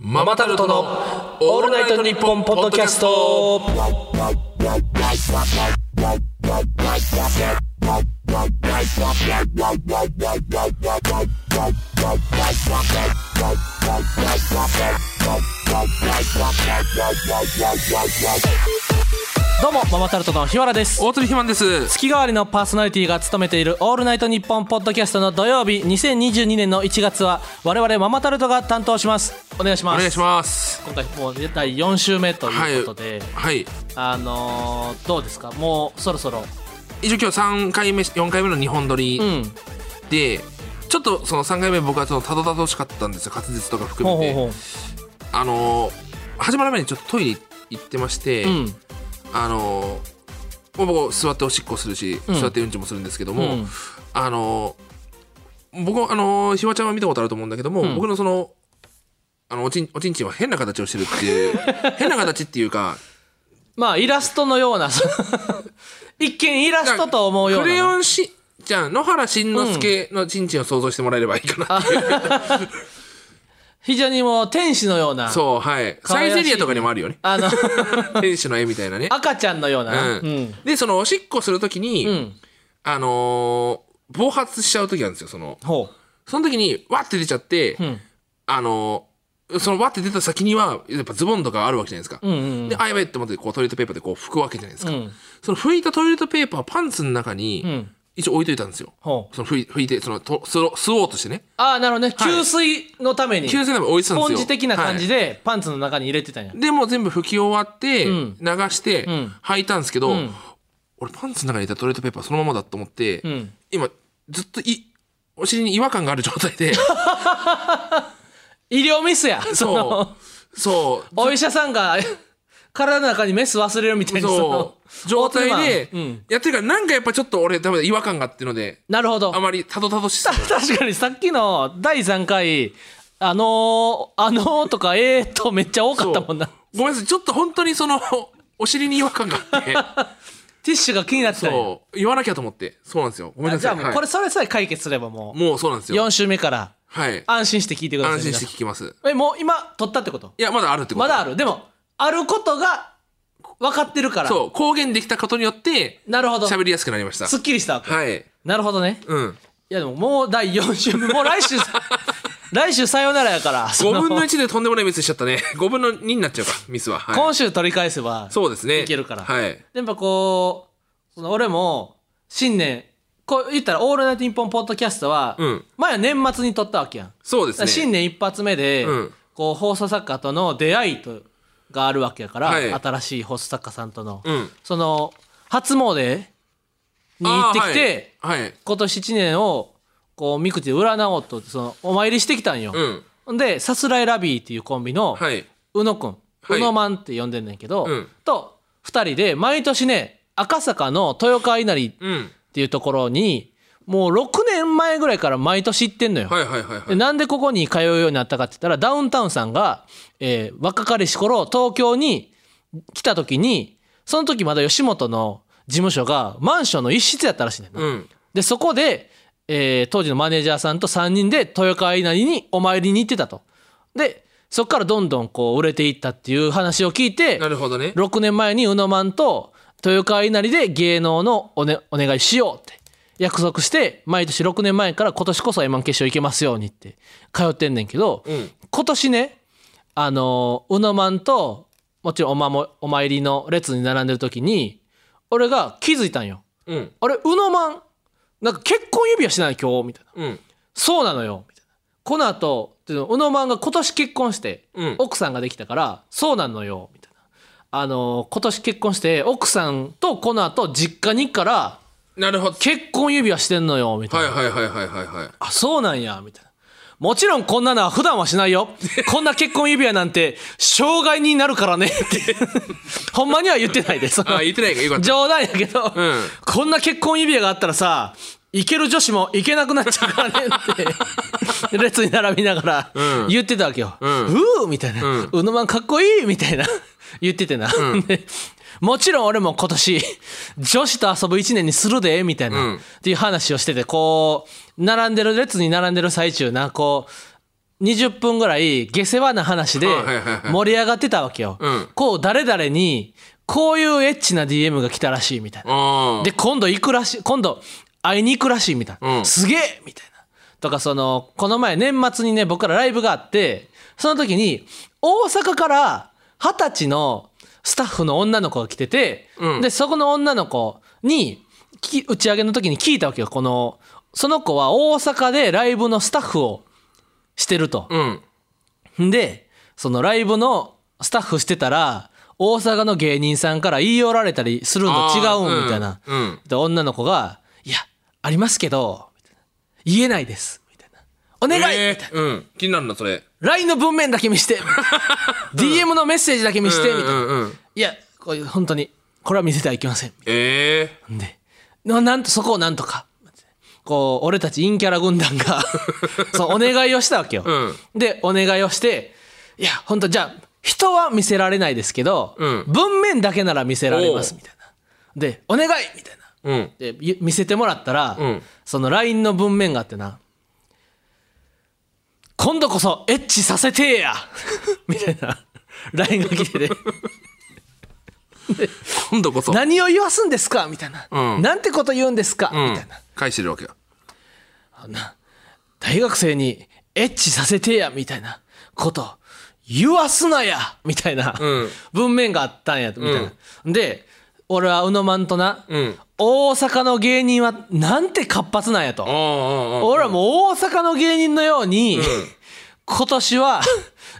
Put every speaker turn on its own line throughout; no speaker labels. ママタルトのオールナイトニッポンポッドキャストどうもママタルトの日原です
大鳥ひまんです
月替わりのパーソナリティが務めている「オールナイトニッポン」ポッドキャストの土曜日2022年の1月は我々ママタルトが担当しますお願いします
お願いします
今回もう第4週目と
はい
いうことで、
はい
あのーどうですかもうそろそろ
一応今日3回目4回目の2本撮り
うん
で、ちょっとその3回目僕はちょっとたどたどしかったんですよ滑舌とか含
ほう
め
ほ
て
うほう
あのー始まる前にちょっとトイレ行ってまして、
うん
あのーもう僕座っておしっこするし、
ん
座ってうんちもするんですけども、
うん
あのー僕あのーひわちゃんは見たことあると思うんだけども、
ん
僕のそのあのおちんおちんちんは変な形をしてるっていう 変な形っていうか
まあイラストのような 一見イラストと思うよう
クレヨ
な
ンしんちゃん野原しんのすけのちんちんを想像してもらえればいいかな、
非常にもう天使のような
そうはい
可
サ
愛
イ
らしい
ゼリアとかにもあるよね
あの
天使の絵みたいなね、
赤ちゃんのよう
う
な、うんん、
でそのおしっこするときに、
うん
あのー暴発しちゃう時なんですよその
ほ
その時にわって出ちゃって、
う、うん、
あのーそのわって出た先にはやっぱズボンとかあるわけじゃないですか、
うんうん
であやべえって思ってこうトイレットペーパーでこう拭くわけじゃないです
う
か、
ん
その拭いたトイレットペーパーをパンツの中に、
ん
一応置いといたんですよ
ほう
その拭い拭いてそのと吸おう吸おうとしてね
ああなるほどね給水のために、
急性置いて
ス
たんですよ
ポンジ的な感じ
で、
でパンツの中に入れてたんや、
はいでもう全部拭き終わって、
ん
流して、
ん
履いたんですけど、
ん
俺パンツの中にいたトイレットペーパーそのままだと思って、
ん
今ずっといお尻に違和感がある状態 で
医療ミスやその
そうそう
お医者さ んが体の中にメス忘れるみたいな
そ
の
う状態で
オートマンうん
やってるからなんかやっぱちょっと俺多分違和感があってので
なるほど
あまりたどたどしさ
確かにさっきの第3回あのー、あのーとかえーとめっちゃ多かったもんな
ごめんなさいちょっと本当に そのお尻に違和感があって
ティッシュが気になってたんや
そう言わなきゃと思ってそうなんですよごめん
あ
な
じ
さ
ゃ
い
あもう
はい
これそれさえ解決すればも
もうそうなんです
う
よ
4週目から
はい
安心して聞いてください
安心して
皆
聞きます
さんえもう今撮ったってこと
いやまだあるってこと
まだあるでもあることが分かってるから
そう、公言できたことによって、
なるほどす
喋りやすくなりました。
っきりしたわけ、
はい。
なるほどね
うん。
いやでももう第4週目もう来週 来週さよならやからその
5分の1でとんでもないミスしちゃったね。5分の2になっちゃうか、ミスは。はい。
今週取り返せば
そうですね。
いけるから
はい。
やっぱこう、その俺も、新年、こう言ったら、オールナイトニッポンポッドキャストは、
うん
前は年末に撮ったわけやん。
そうで
だ
す
から
ね。
新年一発目で、
うん
こう、放送作家との出会いとがあるわけやから、
はい
新しい放送作家さんとの、
うん
その、初詣に行ってきて、
あーはい。はい。
今年一年を、こう、みくじで占おうと、その、お参りしてきたんよ。
うん。
ん、で、さすらいラビーっていうコンビの、
はい。
宇野くん、
はい
宇野マンって呼んでんねんけど、
うん
と2人で毎年ね赤坂の豊川稲荷っ
うん。
ていうところにもう6年前ぐらいから毎年行ってんのよ。
はいはいはいは
で
い。
なんでここに通うようになったかって言ったらダウンタウンさんが、えー若かりし頃東京に来た時にその時まだ吉本の事務所がマンションの一室やったらしいねんな。
うん。
でそこで、えー当時のマネージャーさんと3人で豊川稲荷にお参りに行ってたとでそこからどんどんこう売れていったっていう話を聞いて
なるほどね。
6年前に宇野マンと豊川稲荷で芸能のお,、ね、お願いしようって約束して毎年6年前から今年こそ M−1 決勝行けますようにって通ってんねんけど、
うん。
今年ねあのうのまんともちろんお,、まもお参りの列に並んでる時に俺が気づいたんよ。
うん。
あれ、うのまん、なんか結婚指輪してない今日みたいな。
うん。
そうなのよ、みたいな。この後、っていうのうのまんが今年結婚して、
うん
奥さんができたから、そうなのよ、みたいな。あのー今年結婚して、奥さんとこの後、実家に行くから、
なるほど。
結婚指輪してんのよ、みたい
はい
な。
はいはいはいはいはい。
あ、そうなんや、みたいな。もちろんこんなのは普段はしないよ。こんな結婚指輪なんて、障害になるからね、って。 ほんまには言ってないで、その
あ、言ってないか、よかった。
冗談やけど、
ん
こんな結婚指輪があったらさいける女子もいけなくなっちゃうからねっ て列に並びながら言ってたわけよ「うー」みたいな「うのまんかっこいい」みたいな 言っててな、でもちろん俺も今年女子と遊ぶ1年にするでみたいな、
うん
っていう話をしててこう並んでる列に並んでる最中なこう20分ぐらい下世話な話で
あはいはいはい
盛り上がってたわけよ、
うん
こう誰々にこういうエッチな DM が来たらしいみたいな
あー
で今度行くらしい今度会いに行くらしいみたいな、
うん
すげえみたいなとかそのこの前年末にね僕らライブがあってその時に大阪から二十歳のスタッフの女の子が来てて、
うん
でそこの女の子にき打ち上げの時に聞いたわけよこのその子は大阪でライブのスタッフをしてると。
うん
でそのライブのスタッフしてたら大阪の芸人さんから言い寄られたりするの違
あー
うんみたいな、
うんうん
で女の子が「いやありますけどみたいな言えないです」みたいな「お願い
え
みたいな
ーうん気になるなそれ
LINE の文面だけ 見して」みたいな DM のメッセージだけ見して」みたいな
う
「
んうんうん
いやこういう本当にこれは見せてはいけません」
ええ
でななんとそこをなんとかこう俺たち陰キャラ軍団 がそうお願いをしたわけよ、
うん
でお願いをしていや本当じゃあ人は見せられないですけど、
うん
文面だけなら見せられます
おう
みたいなでお願いみたいな
うん
でゆ見せてもらったら、
うん
その LINE の文面があってな「今度こそエッチさせてや! 」 みたいな LINE が来 てて。
今度こそ
何を言わすんですかみたいな、
うん
なんてこと言うんですか、
うん
みたいな
返してるわけよ
あんな大学生にエッチさせてやみたいなこと言わすなやみたいな、
うん
文面があったんやみたいな、で俺はうのまんとな、
うん
大阪の芸人はなんて活発なんやと、
ああああ
俺はもう大阪の芸人のように、今 年は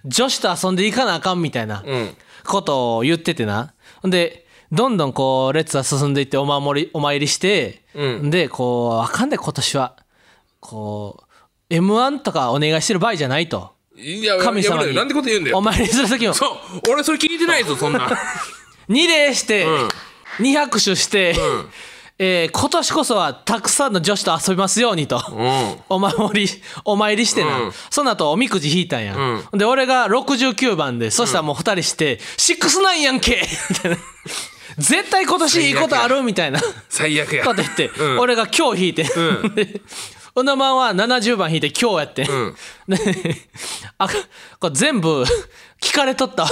女子と遊んでいかなあかんみたいな
うん
ことを言っててな。ほんで、どんどんこう、列は進んでいって、お守り、お参りして、
うん
で、こう、あかんで、今年は。こう、M1 とかお願いしてる場合じゃないと。
いや
神
や
様
めろよ
に。
なんてこと言うんだ
お
よ
参りするときも、
そう俺それ聞いてないぞそん な
二礼して、
ん
二拍手して、
ん
えー今年こそはたくさんの女子と遊びますようにと。
うん
お守り、お参りしてな。
うん
その後おみくじ引いたんや。で、俺が69番で、そしたらもう二人して、69やんけ みたいな。絶対今年いいことあるみたいな。
最悪や
こと言って、
うん
俺が今日引いて、でお名前は70番引いて今日やって、
ん
であこれ全部聞かれとった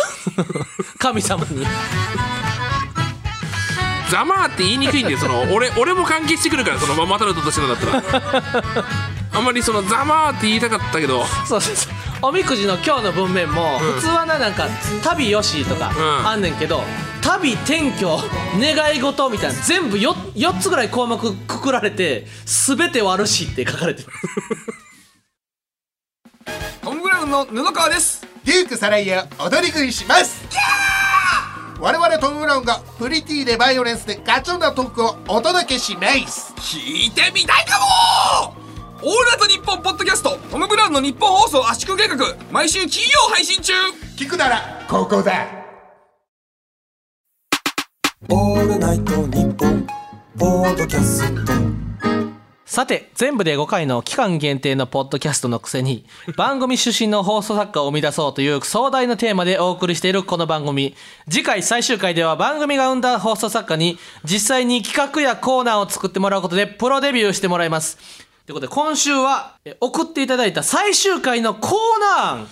神様に
ざまあって言いにくいんでそ の俺俺も関係してくるからそのママタルトとしてのだったら あんまりそのざまあって言いたかったけど
そうそうそうおみくじの今日の文面も、普通はななんか「旅よし」とか
ん
あんねんけど「旅転居願い事」みたいな全部 4, 4つぐらい項目くくられて「全て悪し」って書かれてる
トム・ブラウンの布川です
デュークサライヤを踊り食いします我々トム・ブラウンがプリティでバイオレンスでガチョンなトークをお届けします
聞いてみたいかもオールナイトニッポンポッドキャストトム・ブラウンの日本放送圧縮計画毎週金曜配信中
聞くならここだ
オールナイトニッポンポードキャスト
さて全部で5回の期間限定のポッドキャストのく せに番組出身の放送作家を生み出そうという壮大なテーマでお送りしているこの番組次回最終回では番組が生んだ放送作家に実際に企画やコーナーを作ってもらうことでプロデビューしてもらいますということで今週はえ送っていただいた最終回のコーナー案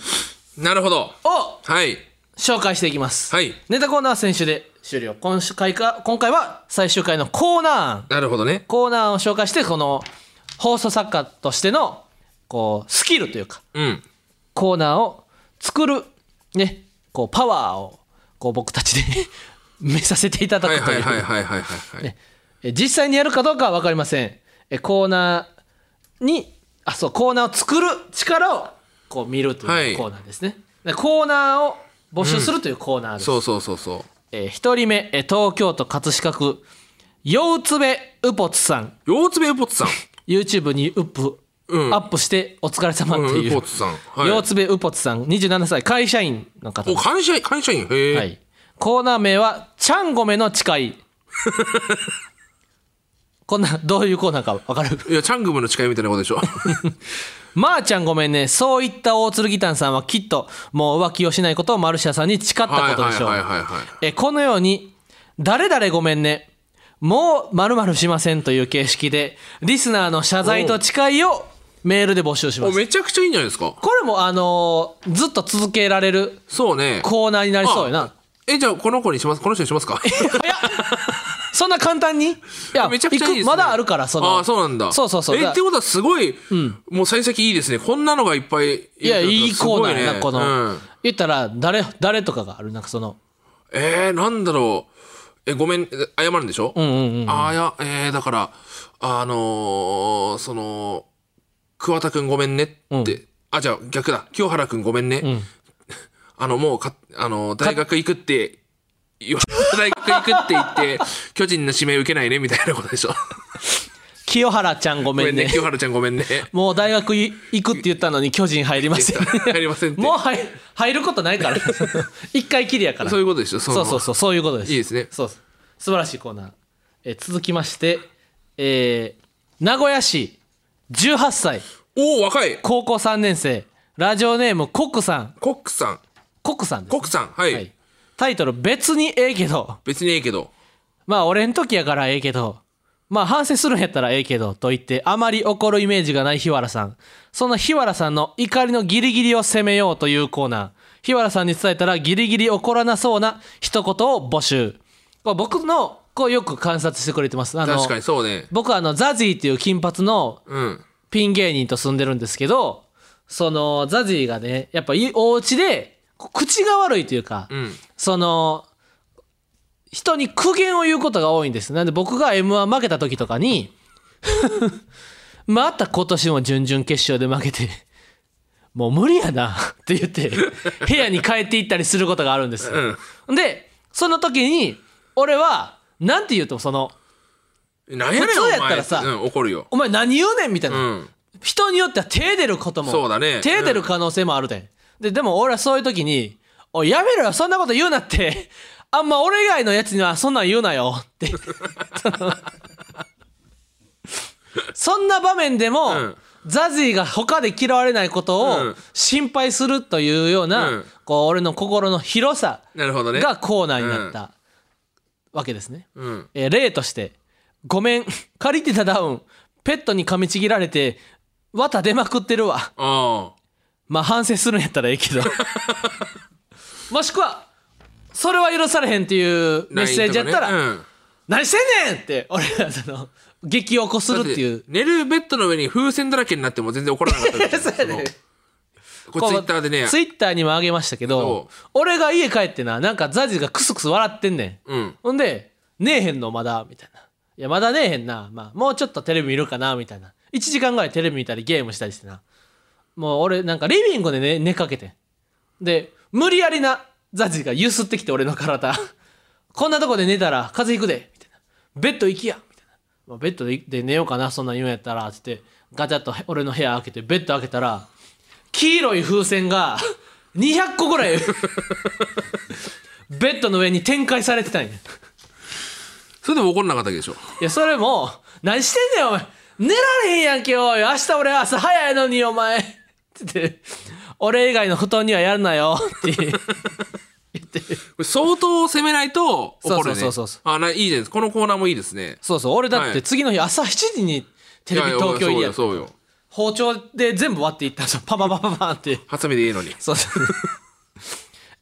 なるほど
を
はい
紹介していきます、
はい
ネタコーナーは先週で終了今週回か今回は最終回のコーナー案
なるほどね
コーナーを紹介してこの放送作家としてのこうスキルというか
うん
コーナーを作るねこうパワーをこう僕たちで 目指せていただ
はい
くと、
はいいうはいはいはいはい、はい
え実際にやるかどうかは分かりませんえコーナーにあそうコーナーを作る力をこう見ると
は
いう
い
コーナーですね、でコーナーを募集するというコーナーです、
そうそうそうそ
え1人目え東京都葛飾区ようつべうぽつさん
う腰つべうぽつ さん
YouTube にウップ、
うん
アップしてお疲れ様って
うん
いうう、
ぽつさんはい
両つべうぽつさん27歳会社員の方
お会社員会社員へえ、
はい、コーナー名は「ちゃんごめの誓 い」こんなどういうコーナーかわかる
いやチャングムの誓いみたいなことでしょ
まあちゃんごめんねそういった大鶴ギタンさんはきっともう浮気をしないことをマルシアさんに誓った
はい
こと
は
で
い
しょう、
はいはいはい
えこのように「誰々ごめんね」もう〇〇しませんという形式でリスナーの謝罪と誓いをメールで募集しま
お
す
めちゃくちゃいいんじゃないですか
これもあのーずっと続けられる
そうね
コーナーになりそうやな
えじゃあこの子にしますこの人にしますか
そんな簡単にいや
めちゃくちゃいいです、ね、
行くまだあるからその
あーそうなんだ
そうそうそう
え
だ
ってことはすごい、もう幸先いいですねこんなのがいっぱい
いやいいコーナーやな
す
こ
ごいね
の、
うん
言ったら誰誰とかがあるなんかその
えー、なんだろうえごめんえ謝るんでしょ、うん
うん
うん、あーやえー、だからあのー、その桑田君ごめんねって、あじゃあ逆だ清原君ごめんね、 あのもうかあの大学行くって言わ 大学行くって言って巨人の指名受けないねみたいなことでしょ
清原ちゃんご
ご
め
め
ん
んね
ね
清原ちゃんごめん ね
もう大学い行くって言ったのに巨人入りません、
入りませんって
もう入入ることないから 一回きりやから
そういうことでしょ
そうそうそうそういうことです
いいですね
そうです素晴らしいコーナー、えー続きましてえー名古屋市18歳
おお若い
高校3年生ラジオネームコックさん
コックさん
コックさんです
コックさんはい、
はい、タイトル別にええけど
別にええけど
まあ俺ん時やからええけど、まあ反省するんやったらええけどと言ってあまり怒るイメージがない日原さん。その日原さんの怒りのギリギリを責めようというコーナー。日原さんに伝えたらギリギリ怒らなそうな一言を募集。これ僕の、こうよく観察してくれてます。あの
確かにそうね
僕はあのザジーっていう金髪の
うん
ピン芸人と住んでるんですけど、そのザジーがね、やっぱいお家でこう口が悪いというか、
うん
その人に苦言を言うことが多いんですなんで僕が m 1負けた時とかに また今年も準々決勝で負けてもう無理やなって言って部屋に帰っていったりすることがあるんですよ、でその時に俺はなんて言うとその
なんやねん
普
お
通
前
やったらさ
うん、怒るよ
「お前何言うねん」みたいうな、
ん
人によっては手出ることも
そうだね
手出る可能性もあるで、ででも俺はそういう時に「おいやめろよそんなこと言うな」って あんま俺以外のやつにはそんなん言うなよって そのそんな場面でも、
うん
ザジーが他で嫌われないこと
う
を
ん
心配するというような、
うん
こう俺の心の広さ
なるほどね
がコーナーになったわけですね。
うん
えー例として、ごめん、 借りてたダウン、ペットに噛みちぎられて、綿出まくってるわ。
あ
まあ反省するんやったらええけど。 もしくは、それは許されへんっていう
あ
メッセージやったら、
うん、
何してんねんって、俺らその、激起こするっていう。
寝るベッドの上に風船だらけになっても全然怒らなかったみたいな
そうやね
そのこれツイッターでね
ツイッターにもあげましたけど
そ、
俺が家帰ってな、なんかザジがクスクス笑ってんねん。
うん
ほんで、ねえへんのまだ、みたいな。いや、まだねえへんな。まあ、もうちょっとテレビ見るかな、みたいな。1時間ぐらいテレビ見たりゲームしたりしてな。もう俺、なんかリビングで寝寝かけてん。で、無理やりな、ザジが揺すってきて俺の体。こんなとこで寝たら風邪ひくで、みたいな。ベッド行きや、みたいな。まあ、ベッドでで寝ようかな、そんなん言うんやったら、つって、ガチャッと俺の部屋開けて、ベッド開けたら、黄色い風船が200個ぐらいベッドの上に展開されてたんや。
それでも怒らなかったわけでしょ
いや、それも、何してんねん、お前。寝られへんやんけ、おい。明日俺朝早いのに、お前。って言って、俺以外の布団にはやるなよ。って言って。
これ相当責めないと怒るね
そうそうそうそう
あないいじゃないですかこのコーナーもいいですね
そうそう、俺だっ
は
て
い
次の日朝7時にテレビ
いやいや
東京入りやった
そうよそうよ
包丁で全部割っていったんですよ。パパパパパンって。
ハサミでいいのに
そうそう。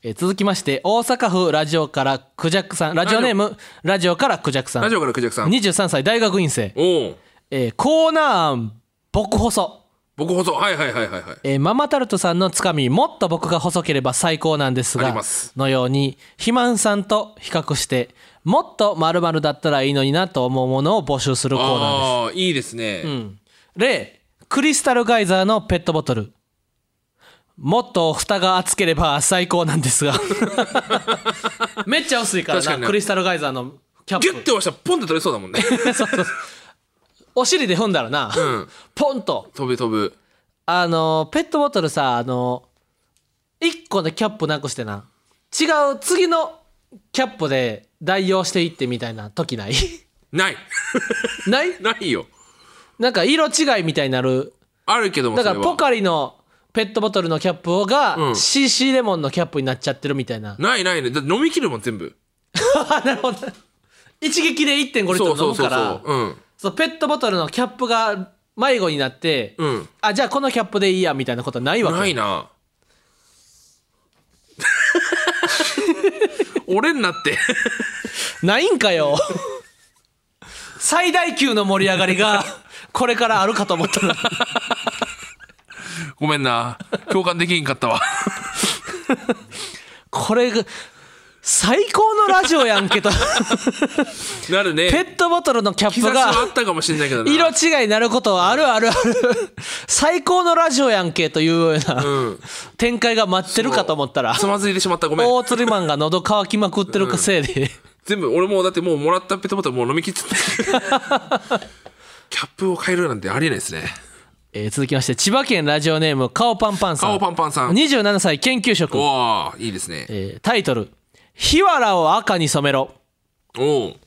えー続きまして、大阪府ラジオからクジャックさん。ラジオネーム、ラジオからクジャックさん。
ラジオからクジャクさん
23歳大学院生。
おお
えーコーナー案、僕細。
僕細はいはいはいはいはい
えーママタルトさんのつかみ、もっと僕が細ければ最高なんです
あ
が
ります、
のように、肥満さんと比較して、もっと〇〇だったらいいのになと思うものを募集するコーナーです。
ああーいいですね、
例、クリスタルガイザーのペットボトル。もっと蓋が厚ければ最高なんで すが。めっちゃ薄いから
確か
な、
にね
クリスタルガイザーのキャップ。
ギュッて押したらポンって取れそうだもんね
お尻で踏んだらな、
ん
ポンと。
飛ぶ飛ぶ
あのペットボトルさあの1個のキャップなくしてな違う次のキャップで代用していってみたいな時ない
ない
ない
ないよ
なんか色違いみたいになる
あるけども
だ
それ
か
は
らポカリのペットボトルのキャップが、
うん
CC レモンのキャップになっちゃってるみたいな
ないないねだって飲み切るもん全部
あ なるほど一撃で1.5リットル飲む
そうそうそう
から
そううん
そうペットボトルのキャップが迷子になって、
うん
あじゃあこのキャップでいいやみたいなことはないわけ
ないな俺になって
ないんかよ最大級の盛り上がりがこれからあるかと思ったのに
ごめんな共感できんかったわ
これが最高のラジオや んけと
なる ね
ペットボトルのキャッ
兆
プ
しはあ
が
ったかもしれないけどな
色違いになることはあるあるある最高のラジオやんけというような、
うん
展開が待ってるかと思ったら
つまずいてしまったごめん
大釣りマンが喉乾きまくってるかせいで、
全部俺もうだってもうもらったペットボトルもう飲み 切っちゃったキャップを変えるなんてありえないですね
えー続きまして千葉県ラジオネーム顔パンパンさん
顔パンパンさん
27歳研究職、
おおいいですね
えータイトル「日わらを赤に染めろ」
おお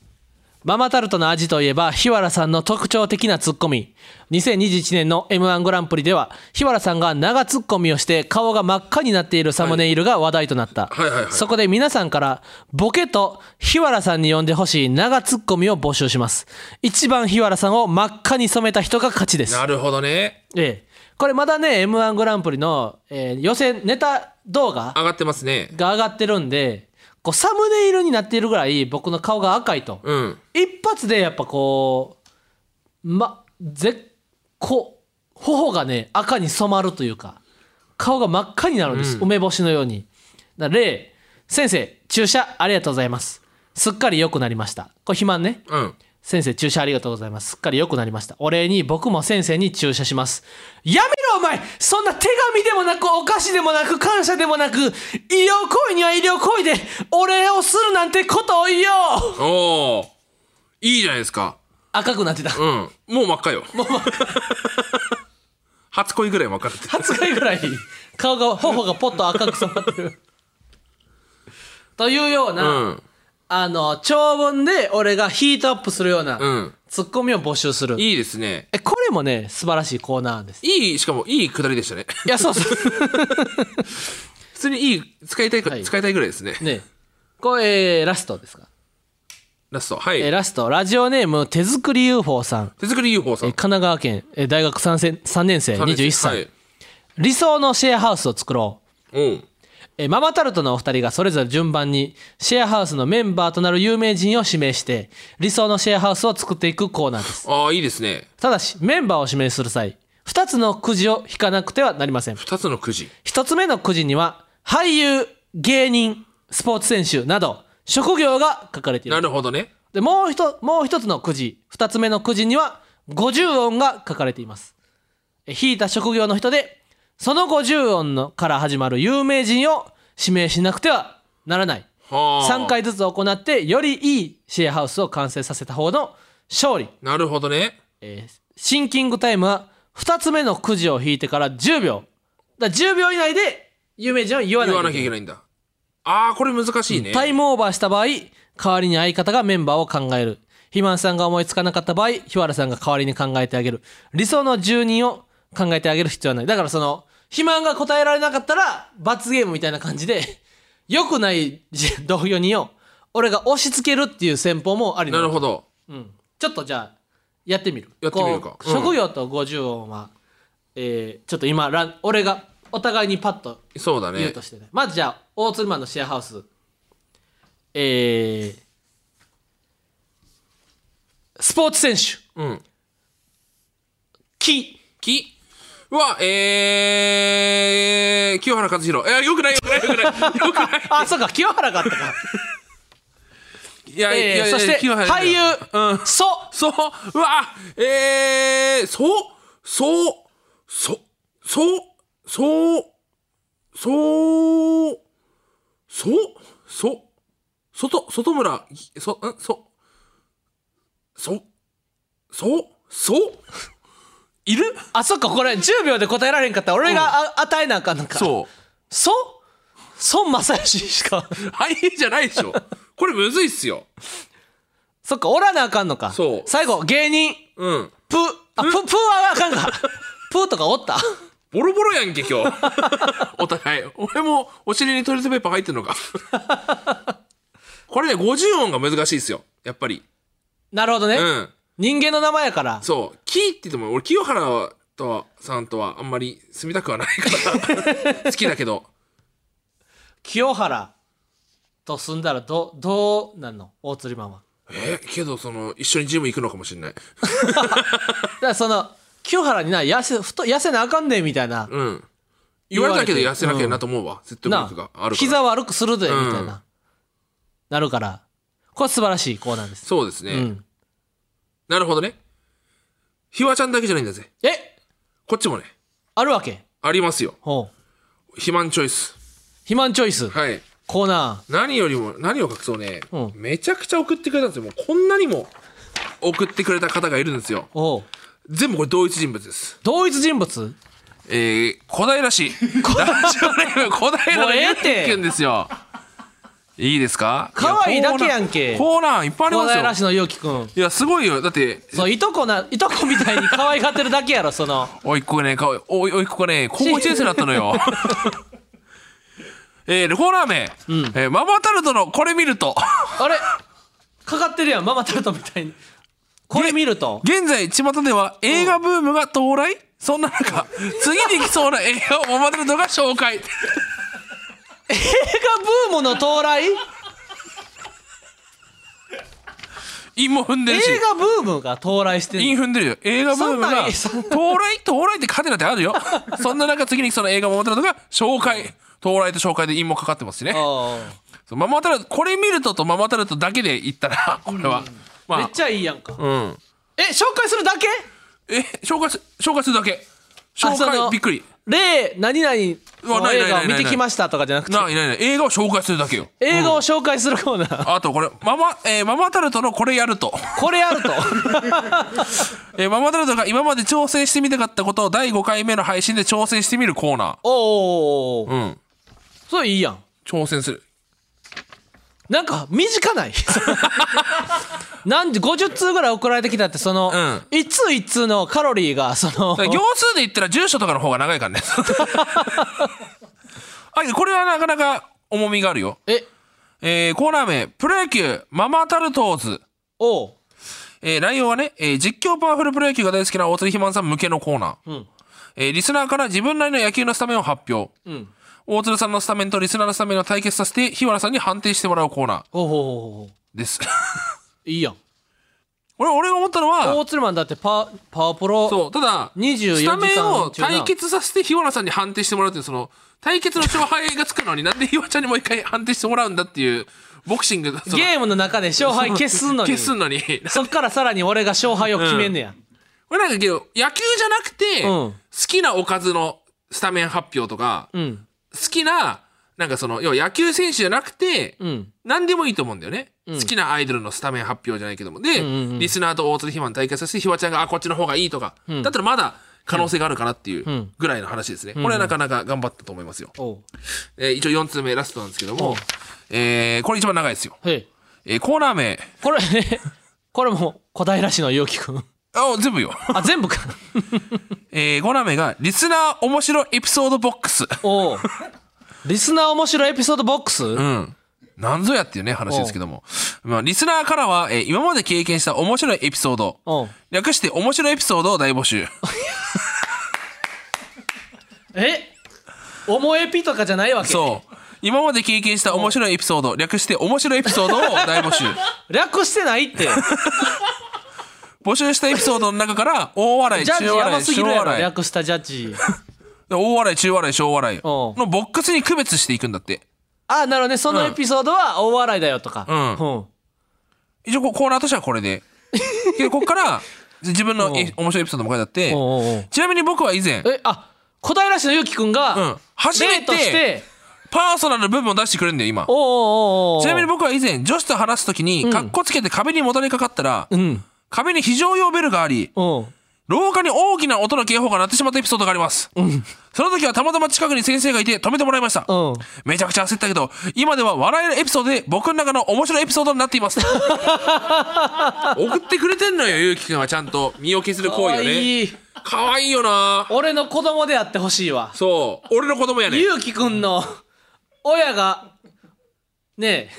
ママタルトの味といえば日原さんの特徴的なツッコミ2021年の m 1グランプリでは日原さんが長ツッコミをして顔が真っ赤になっているサムネイルが話題となった、
はいはいはい
そこで皆さんからボケと日原さんに呼んでほしい長ツッコミを募集します一番日原さんを真っ赤に染めた人が勝ちです
なるほどね
ええこれまだね m 1グランプリの、えー予選ネタ動画
上がってますね
が上がってるんでこうサムネイルになっているぐらい僕の顔が赤いと、
うん
一発でやっぱこうま絶こう頬がね赤に染まるというか顔が真っ赤になるんです、梅干しのようにだ例先生注射ありがとうございますすっかり良くなりましたこれ肥満ね
うん
先生注射ありがとうございますすっかり良くなりましたお礼に僕も先生に注射しますやめろお前そんな手紙でもなくお菓子でもなく感謝でもなく医療行為には医療行為でお礼をするなんてことを言おう
おおいいじゃないですか
赤くなってた
うんもう真っ赤 よもう初恋ぐらい真っ赤って
20回ぐらい顔が頬がポッと赤く染まってるというよう
う
な、
ん
あの長文で俺がヒートアップするような、
うん
ツッコミを募集する
いいですね
えこれもね素晴らしいコーナーです
いいしかもいいくだりでしたね
いやそうそう
普通にいい使いたいか、
はい
使いたいぐらいですね
ねこれ、えーラストですか、
ラストは
えー
い
ラストラジオネーム手作り UFO さん、
手作り UFO さ
えー
ん
神奈川県、えー大学 3, 年3年生21歳、
はい
理想のシェアハウスを作ろう
おう
えーママタルトのお二人がそれぞれ順番にシェアハウスのメンバーとなる有名人を指名して理想のシェアハウスを作っていくコーナーです
ああいいですね
ただしメンバーを指名する際2つのくじを引かなくてはなりません
2つのくじ
1つ目のくじには俳優芸人スポーツ選手など職業が書かれてい
な
る
るほどね
でもうひともう一つのくじ2つ目のくじには50音が書かれていますえ引いた職業の人でその50音のから始まる有名人を指名しなくてはならない
はあ
3回ずつ行ってよりいいシェアハウスを完成させた方の勝利、
なるほどね
えーシンキングタイムは2つ目のくじを引いてから10秒だから10秒以内で有名人を言わない
言
と
わなきゃいけないんだああこれ難しいね、
タイムオーバーした場合代わりに相方がメンバーを考える肥満さんが思いつかなかった場合日原さんが代わりに考えてあげる理想の住人を考えてあげる必要はないだからその肥満が答えられなかったら罰ゲームみたいな感じで 良くない じ同居人を俺が押し付けるっていう戦法もあり
な
の
るほど
ちょっとじゃあやってみる
やってみるか
こう
うん
職業と50音は、えーちょっと今ラン俺がお互いにパッと
そうだ
言う
ね
としてねまずじゃあ大鶴マンのシェアハウスえー、スポーツ選手
うん
木
きはえー、清原和博いやよくないよくないよくないよくない
あそうか清原があったか、
いや、い
え
や
ー、そして俳優、そ
そううわえー、そうそうそうそうそうそうそうそう外外村そうんそそそうそういる
あそっかこれ10秒で答えられんかったら俺があ、与えなあかんのかう
そう
そ孫正義しか
俳優じゃないでしょこれむずいっすよ
そっかおらなあかんのか
そう
最後芸人
うん
プーあププーはあかんか プーとかおった
ボロボロやんけ今 日お互い俺もお尻にトイレットペーパー入ってんのかこれね50音が難しいですよやっぱり
なるほどね、
うん
人間の名前やから
そうキーって言っても俺清原とはさんとはあんまり住みたくはないから 好きだけど
清原と住んだらどどうなんの大釣りマンは
えけどその一緒にジム行くのかもしれない
だからその清原にな痩せ太痩せなあかんねんみたいな
うん言われたけど
言われて
痩せなきゃなと思うわ、説得
な
力があるから
膝悪くするでみ
ん
たいななるからこれ素晴らしいコーナーです
そうですね、
うん
なるほどねひわちゃんだけじゃないんだぜ
え
こっちもね
あるわけ
ありますよ
ほう
肥満チョイス
肥満チョイス
はい
コーナ
何よりも何を隠そうね、
うん
めちゃくちゃ送ってくれたんですよもうこんなにも送ってくれた方がいるんですよ
ーおう
全部これ同一人物です
同一人物
えー、小平市ラジオネーム 小平
もう
の
え
ゆ
え
う
って
きくんですよいいですか
可愛いだけやん
い
け
やコーナーコーナーいっぱいあり
小
ま
平
す
市
よ
のゆうきくん
いやすごいよだって
そういとこないとこみたいに可愛がってるだけやろその
おいっ子がねかわいおいおいっ子がね高校1年生になったの よえー、コーナー名、えーママタルトのこれ見ると
あれかかってるやんママタルトみたいにこれ見ると
現在巷では映画ブームが到来、そんな中次に来そうな映画をママタルトが紹介
映画ブームの到来映
陰も踏んでるし
画ブームが到来して
陰
る
踏んでるよ映画ブームが
そ
到
んな
来到来ってカテナってあるよそんな中次にその映画ママタルトが紹介到来と紹介で陰もかかってますしね
あ
そうママタルトこれ見るととママタルトだけで言ったらこれは、
あめ
ま
っちゃいいやんか、
あうん
え紹介するだけ
え紹介す紹介するだけ紹
あその
介びっくり
例何々
うわ
の
ないないない
映
な
画
い
を見てきましたとかじゃなくて
ないないない映画を紹介するだけよ
映画を紹介するコーナー、
あとこれママ、えーママタルトのこれやると
これあると
えーママタルトが今まで挑戦してみたかったことを第5回目の配信で挑戦してみるコーナ
おーおーおーお
ー。
ー
うん。
それいいやん
挑戦する。
なんか 短ないなんで50通ぐらい送られてきたってその、
う
一通一通のカロリーがその
だから行数で言ったら住所とかの方が長い からね。あ、これはなかなか重みがあるよ。
え
えーコーナー名、プロ野球、ママタルトーズ。
おう
えー内容はね、えー実況パワフルプロ野球が大好きな大鳥ひまんさん向けのコーナー。えーリスナーから自分なりの野球のスタメンを発表。大鶴さんのスタメンとリスナーのスタメンを対決させて、日原さんに判定してもらうコーナ
おうおうおうおう
ーです。
いいやん
俺、俺が思ったのは、
大鶴マンだってパパワプロ
そう、ただ、
24
スタメンを
時間中な
対決させて、ひわらさんに判定してもらうっていう、その、対決の勝敗がつくのに、なんでひわちゃんにもう一回判定してもらうんだっていう、ボクシング、その
ゲームの中で勝敗消すのに
消すのに。こ
そっからさらに俺が勝敗を決めんねや、
れなんかけど、野球じゃなくて、
うん
好きなおかずのスタメン発表とか、
ん
好きな、なんかその、要は野球選手じゃなくて、
ん
何でもいいと思うんだよね。好きなアイドルのスタメン発表じゃないけども。で、リスナーと大鶴ひまん対決させて、ひわちゃんが、あ、こっちの方がいいとか、だったらまだ可能性があるかなっていうぐらいの話ですね。これはなかなか頑張ったと思いますよ。
おう
えー一応4通目ラストなんですけど
お
も、えー、これ一番長いですよ。
へい
えー、コーナー名、
これ これも小平市のゆうきくん
あ、全部よ。
あ全部か
えー、コーナー名が、リスナー面白エピソードボックス。
おうリスナー面白いエピソードボックス、
うん。なんぞやっていうね、話ですけども。まあ、リスナーからは、えー今まで経験した面白いエピソード。
おう
略して面白いエピソードを大募集。
え重エピとかじゃないわけ
そう。今まで経験した面白いエピソード、略して面白いエピソードを大募 集。
略してないって
募集したエピソードの中から、大笑い、
ジャッジ
中
やば
笑い、
すぎ
小
るやろ
笑い。
略したジャ ッジ
大笑い、中笑い、小笑い。
おう
のボックスに区別していくんだって。
あなるほどねそのエピソードは大笑いだよとか
う
うん
一応こうコーナーとしてはこれで。で、こっから、自分のえ面白いエピソードも書いてあって、
おうおうおう
ちなみに僕は以前、
えあ小平市のゆうきくんが、
うん初めて
例として
パーソナルの部分を出してくれるんだよ、今。
おうおうおうおう
ちなみに僕は以前、女子と話すときに、かっこつけて壁にもたれかかったら、
うん
壁に非常用ベルがあり、
お
廊下に大きな音の警報が鳴ってしまったエピソードがあります。その時はたまたま近くに先生がいて止めてもらいました。
うん
めちゃくちゃ焦ったけど、今では笑えるエピソードで僕の中の面白いエピソードになってい ます。送ってくれてんのよ、ゆうきくんはちゃんと身を削る行為を
かわ
ね。
いい
かわいいよな
俺の子供であってほしいわ
そう。俺の子供やね。
ゆうきくんの親がね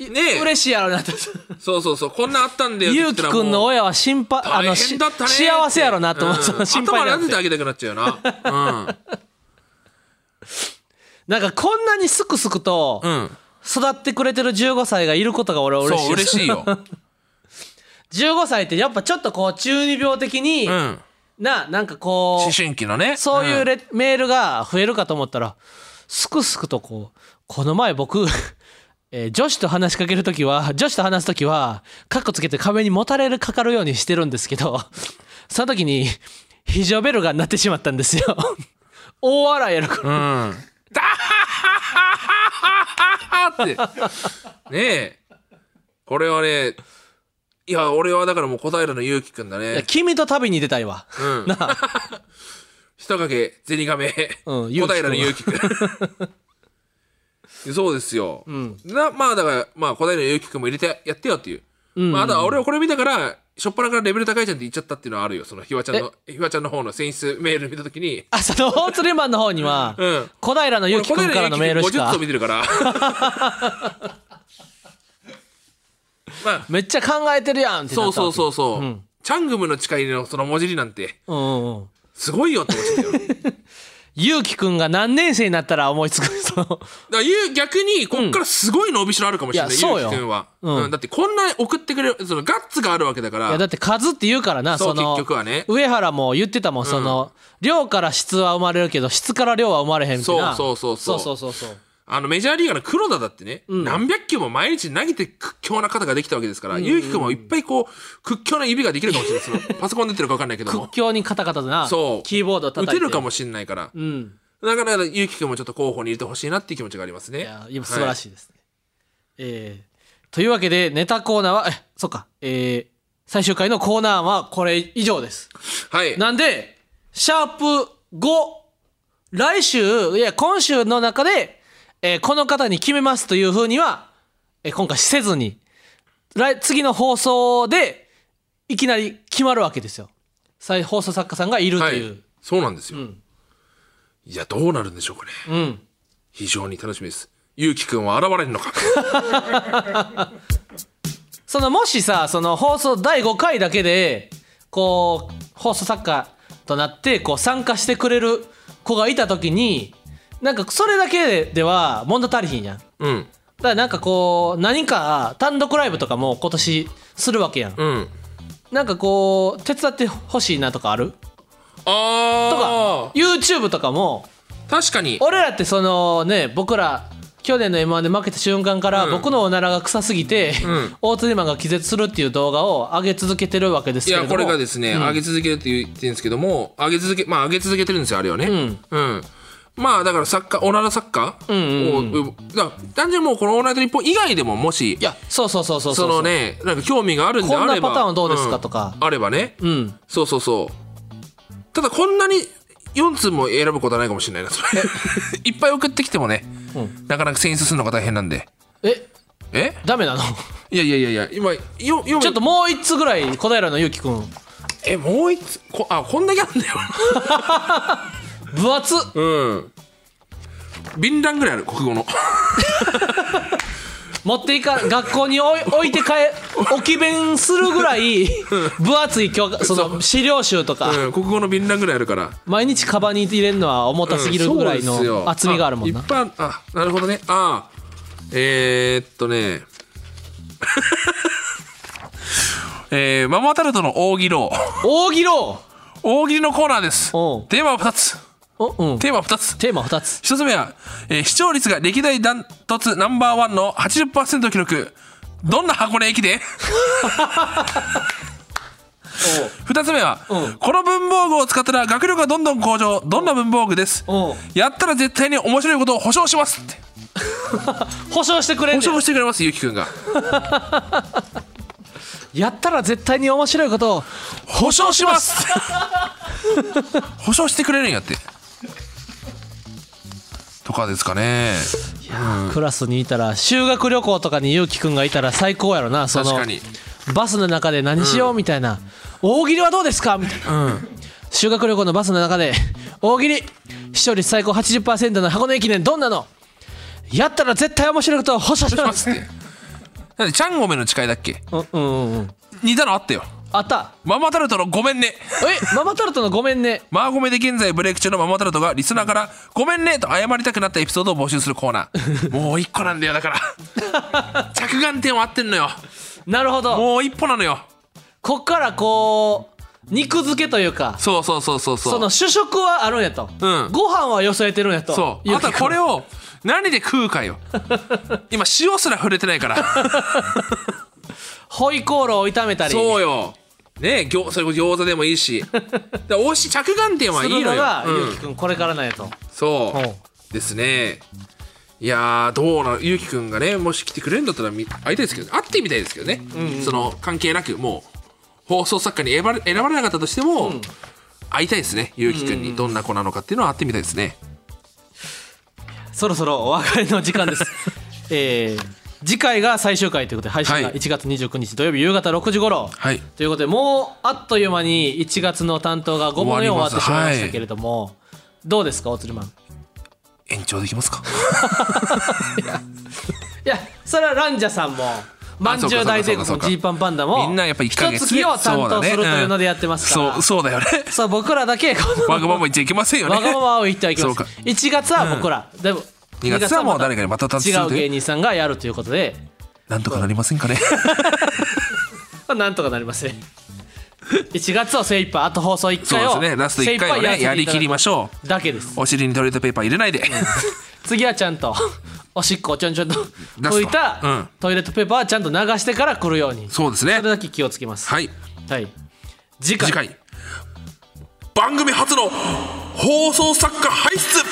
え
ねえ
嬉しいやろなって
そうそうそうこんなあったんだよ
ゆうきくんの
親
親は心配あの
大
し
変だったね
幸せやろなと思って、
うん
心配
頭
な
なん
ん
で
て
てあげたくなっちゃうよな
なんかこんなにすくすくと
うん、うん、
育ってくれてる15歳がいることが俺は嬉しい
そう
です
嬉しいよ
15歳ってやっぱちょっとこう中二病的に、
うん思
ななんかこう
春期のね
そういう
レ
レ、メールが増えるかと思ったらすくすくとこうこの前僕 えー女子と話しかけるときは、女子と話すときは、カッコつけて壁にもたれるかかるようにしてるんですけど、 その時に、非常ベルが鳴ってしまったんですよ。 大笑いやるから。
うんだははははははってねえこれはねいや俺はだからもう小平のゆうきくんだ
いや
ね
君と旅に出たいわ。
うん
なあ
人影銭亀、
うん
小平の勇気 くんそうですよ、なまあだから、まあ、小平の勇気くんも入れてやってよっていう、まあ、だから俺はこれ見たから初っ端からレベル高いじゃんって言っちゃったっていうのはあるよそのひわちゃんのひわちゃんの方の選出メール見た時に
あ、その、ホーツリマンの方には、
うん
小平のゆうきくんからのメールし
50
か
通、見てるから まあ
めっちゃ考えてるやんってな
そ
っ
う
たわ
そうそ
け
うそう、チャングムの誓いのその文字りなんて
うんうんうん。
すごいよって思っちゃ ったよ
ゆうきくんが何年生になったら思いつくそう
だからゆう逆にこっからすごい伸びしろあるかもしれない、
うんい
ゆ
や
うき
そう
く
よ
んは、
うん
うんだってこんな送ってくれるそのガッツがあるわけだから
いやだって数って言うからな
そ
そうの
結局はね
上原も言ってたもんその、量から質は生まれるけど質から量は生まれへんみたいな
そうそうそうそう
そうそうそうそう
あのメジャーリーガーの黒田だってね、何百球も毎日投げて屈強な肩ができたわけですから、ゆうきくんもいっぱいこう屈強な指ができるかもしれないその パソコン出てるか分かんないけども
屈強にカタカタだな
そう
キーボード叩
打
いて
てるかもしれないから、
うん
だからゆうきくんもちょっと候補に入れてほしいなっていう気持ちがありますね
いや今素晴らし
い、
いですね、えーというわけでネタコーナーはえそっかえー最終回のコーナーはこれ以上です
はい
なんで、シャープ5、来週、いや、今週の中で、えーこの方に決めますというふうには、えー今回せずに、来、次の放送で、いきなり決まるわけですよ。再放送作家さんがいると。、
はいいうそうなんですよ、いやどうなるんでしょうかね、
ん
非常に楽しみですゆうきくんは現れるのか
その、もしさ、その放送第5回だけで、こう、放送作家となって、こう、参加してくれる子がいたときに、なんか、それだけでは、物足りひんやん。
うん
だからなんかこう何か単独ライブとかも今年するわけやん、
うん
なんかこう手伝ってほしいなとかあると
あ
か YouTube とかも
あ確かに
俺らってそのね僕ら去年の m 1で負けた瞬間から僕のおならが臭すぎて、
ん
大鶴マンが気絶するっていう動画を上げ続けてるわけです
い
けれ
や
ども
これがですね、上げ続けるって言ってるんですけども上げ続けまあ上げ続けてるんですよあれはね
ん
うんまあだから作家オナラ作家を、だから単純にもうこの「オールナイトニッポン」以外でももし
いやそうそうそうそう
そのねなんか興味があるんであれば
こんなパターンはどうですか
ん
とか
あればね、
うん
そうそうそうただこんなに4通も選ぶことはないかもしれないなそれ いっぱい送ってきてもね、
ん
なかなか選出するのが大変なんで
え
え
ダメなの
いやいやいやいや今よ読む
ちょっともう一つぐらい小平のゆうきくん
えもう一つこあこんだけあるんだよ
分厚っ
うん便欄ぐらいある国語の
持っていか学校に置い置いて帰 置き弁するぐらい分厚い教科その資料集とか、
うん国語の便欄ぐらいあるから
毎日カバンに入れるのは重たすぎるぐらい
うんそうですよ
の厚みがあるもんな、
いっぱいあるあなるほどねあえー、っとね えーママタルトの大喜郎
大喜郎
大喜利のコーナーです。テ
おう
ーマは2つ。
おうん
テーマは2つ。
テーマ2つ
1つ目は、えー視聴率が歴代ダントツナンバーワンの80%を記録。どんな箱根駅で2つ目は、
うん
この文房具を使ったら学力がどんどん向上どんな文房具です
おう
やったら絶対に面白いことを保証しますって
保証してくれん
保
ねん
証してくれますゆきくんが
やったら絶対に面白いことを
保証します保証してくれるんやってとかですかね
クラスにいたら修学旅行とかにゆうきくんがいたら最高やろなその
確かに
バスの中で何しようみたいな、大喜利はどうですかみたいな、修学旅行のバスの中で大喜利視聴率最高80%の箱根駅伝どんなのやったら絶対面白いことを保証
し
しま
ますすってなんでちゃんごめの誓いだっけ
うんうんうんうん
似たのあったよ
あった
ママタルトのごめんね
えママタルトのごめんね
マーゴメで現在ブレイク中のママタルトがリスナーから「ごめんね」と謝りたくなったエピソードを募集するコーナ ーもう一個なんだよだから着眼点は合ってんのよ
なるほど
もう一歩なのよ
こっからこう肉付けというか
そうそうそうそうそう
その主食はあるんやと、
うん
ご飯はよそえてるんやと
そう
ゆ
あ
うき
と
く
は
ん
これを何で食うか よ今塩すら触れてないから
ホイコーローを炒めたり
そうよねえぎょそれこそ餃子でもいい しだから美味しい着眼点はい
す
いの
る
よ
のが、
うん
ゆうきくんこれからなんやと
そ
おう
うですねいやーどうなのゆうきくんがねもし来てくれるんだったらみ会いたいですけど会ってみたいですけどね、その関係なくもう放送作家に選ばれ選ばれなかったとしても、会いたいですねゆうきくんにどんな子なのかっていうのは会ってみたいですね、
そろそろお別れの時間 ですえー次回が最終回ということで配信が
はい
1月29日土曜日夕方6時頃、
はい
ということでもうあっという間に1月の担当が5分の4終わってしまいま
終わります
し
は
た
い
けれども、どうですかおつるまんい
延長できますか
やそれはランジャさんもまんじゅう大帝
あそ
国
う
も
かそうかそうか
ジーパンパンダも
みんなやっぱ1ヶ月
一月を担当するというのでやってますから、
そうそうだよね
そう僕らだけこの
わがまま言っちゃいけませんよね
わがままを言ってはいけませ
そ
ん
うか
1月は僕ら、でも
二月はもう誰かにまた担当する
違う
という
芸人さんがやるということで、
なんとかなりませんかね
まあ、なんとかなり ません1月を精一杯あと放送1
そう
回
で
を
すねラスト1回を
精一
ね
杯
やりきりましょ
うだけです
うお尻にトイレットペーパー入れないで
次はちゃんとおしっこをちょんちょんと
出すと
拭いた、
うん
トイレットペーパーはちゃんと流してから来るように
そうですね
それだけ気をつけます
はい
はい、次回
次回番組初の放送作家輩出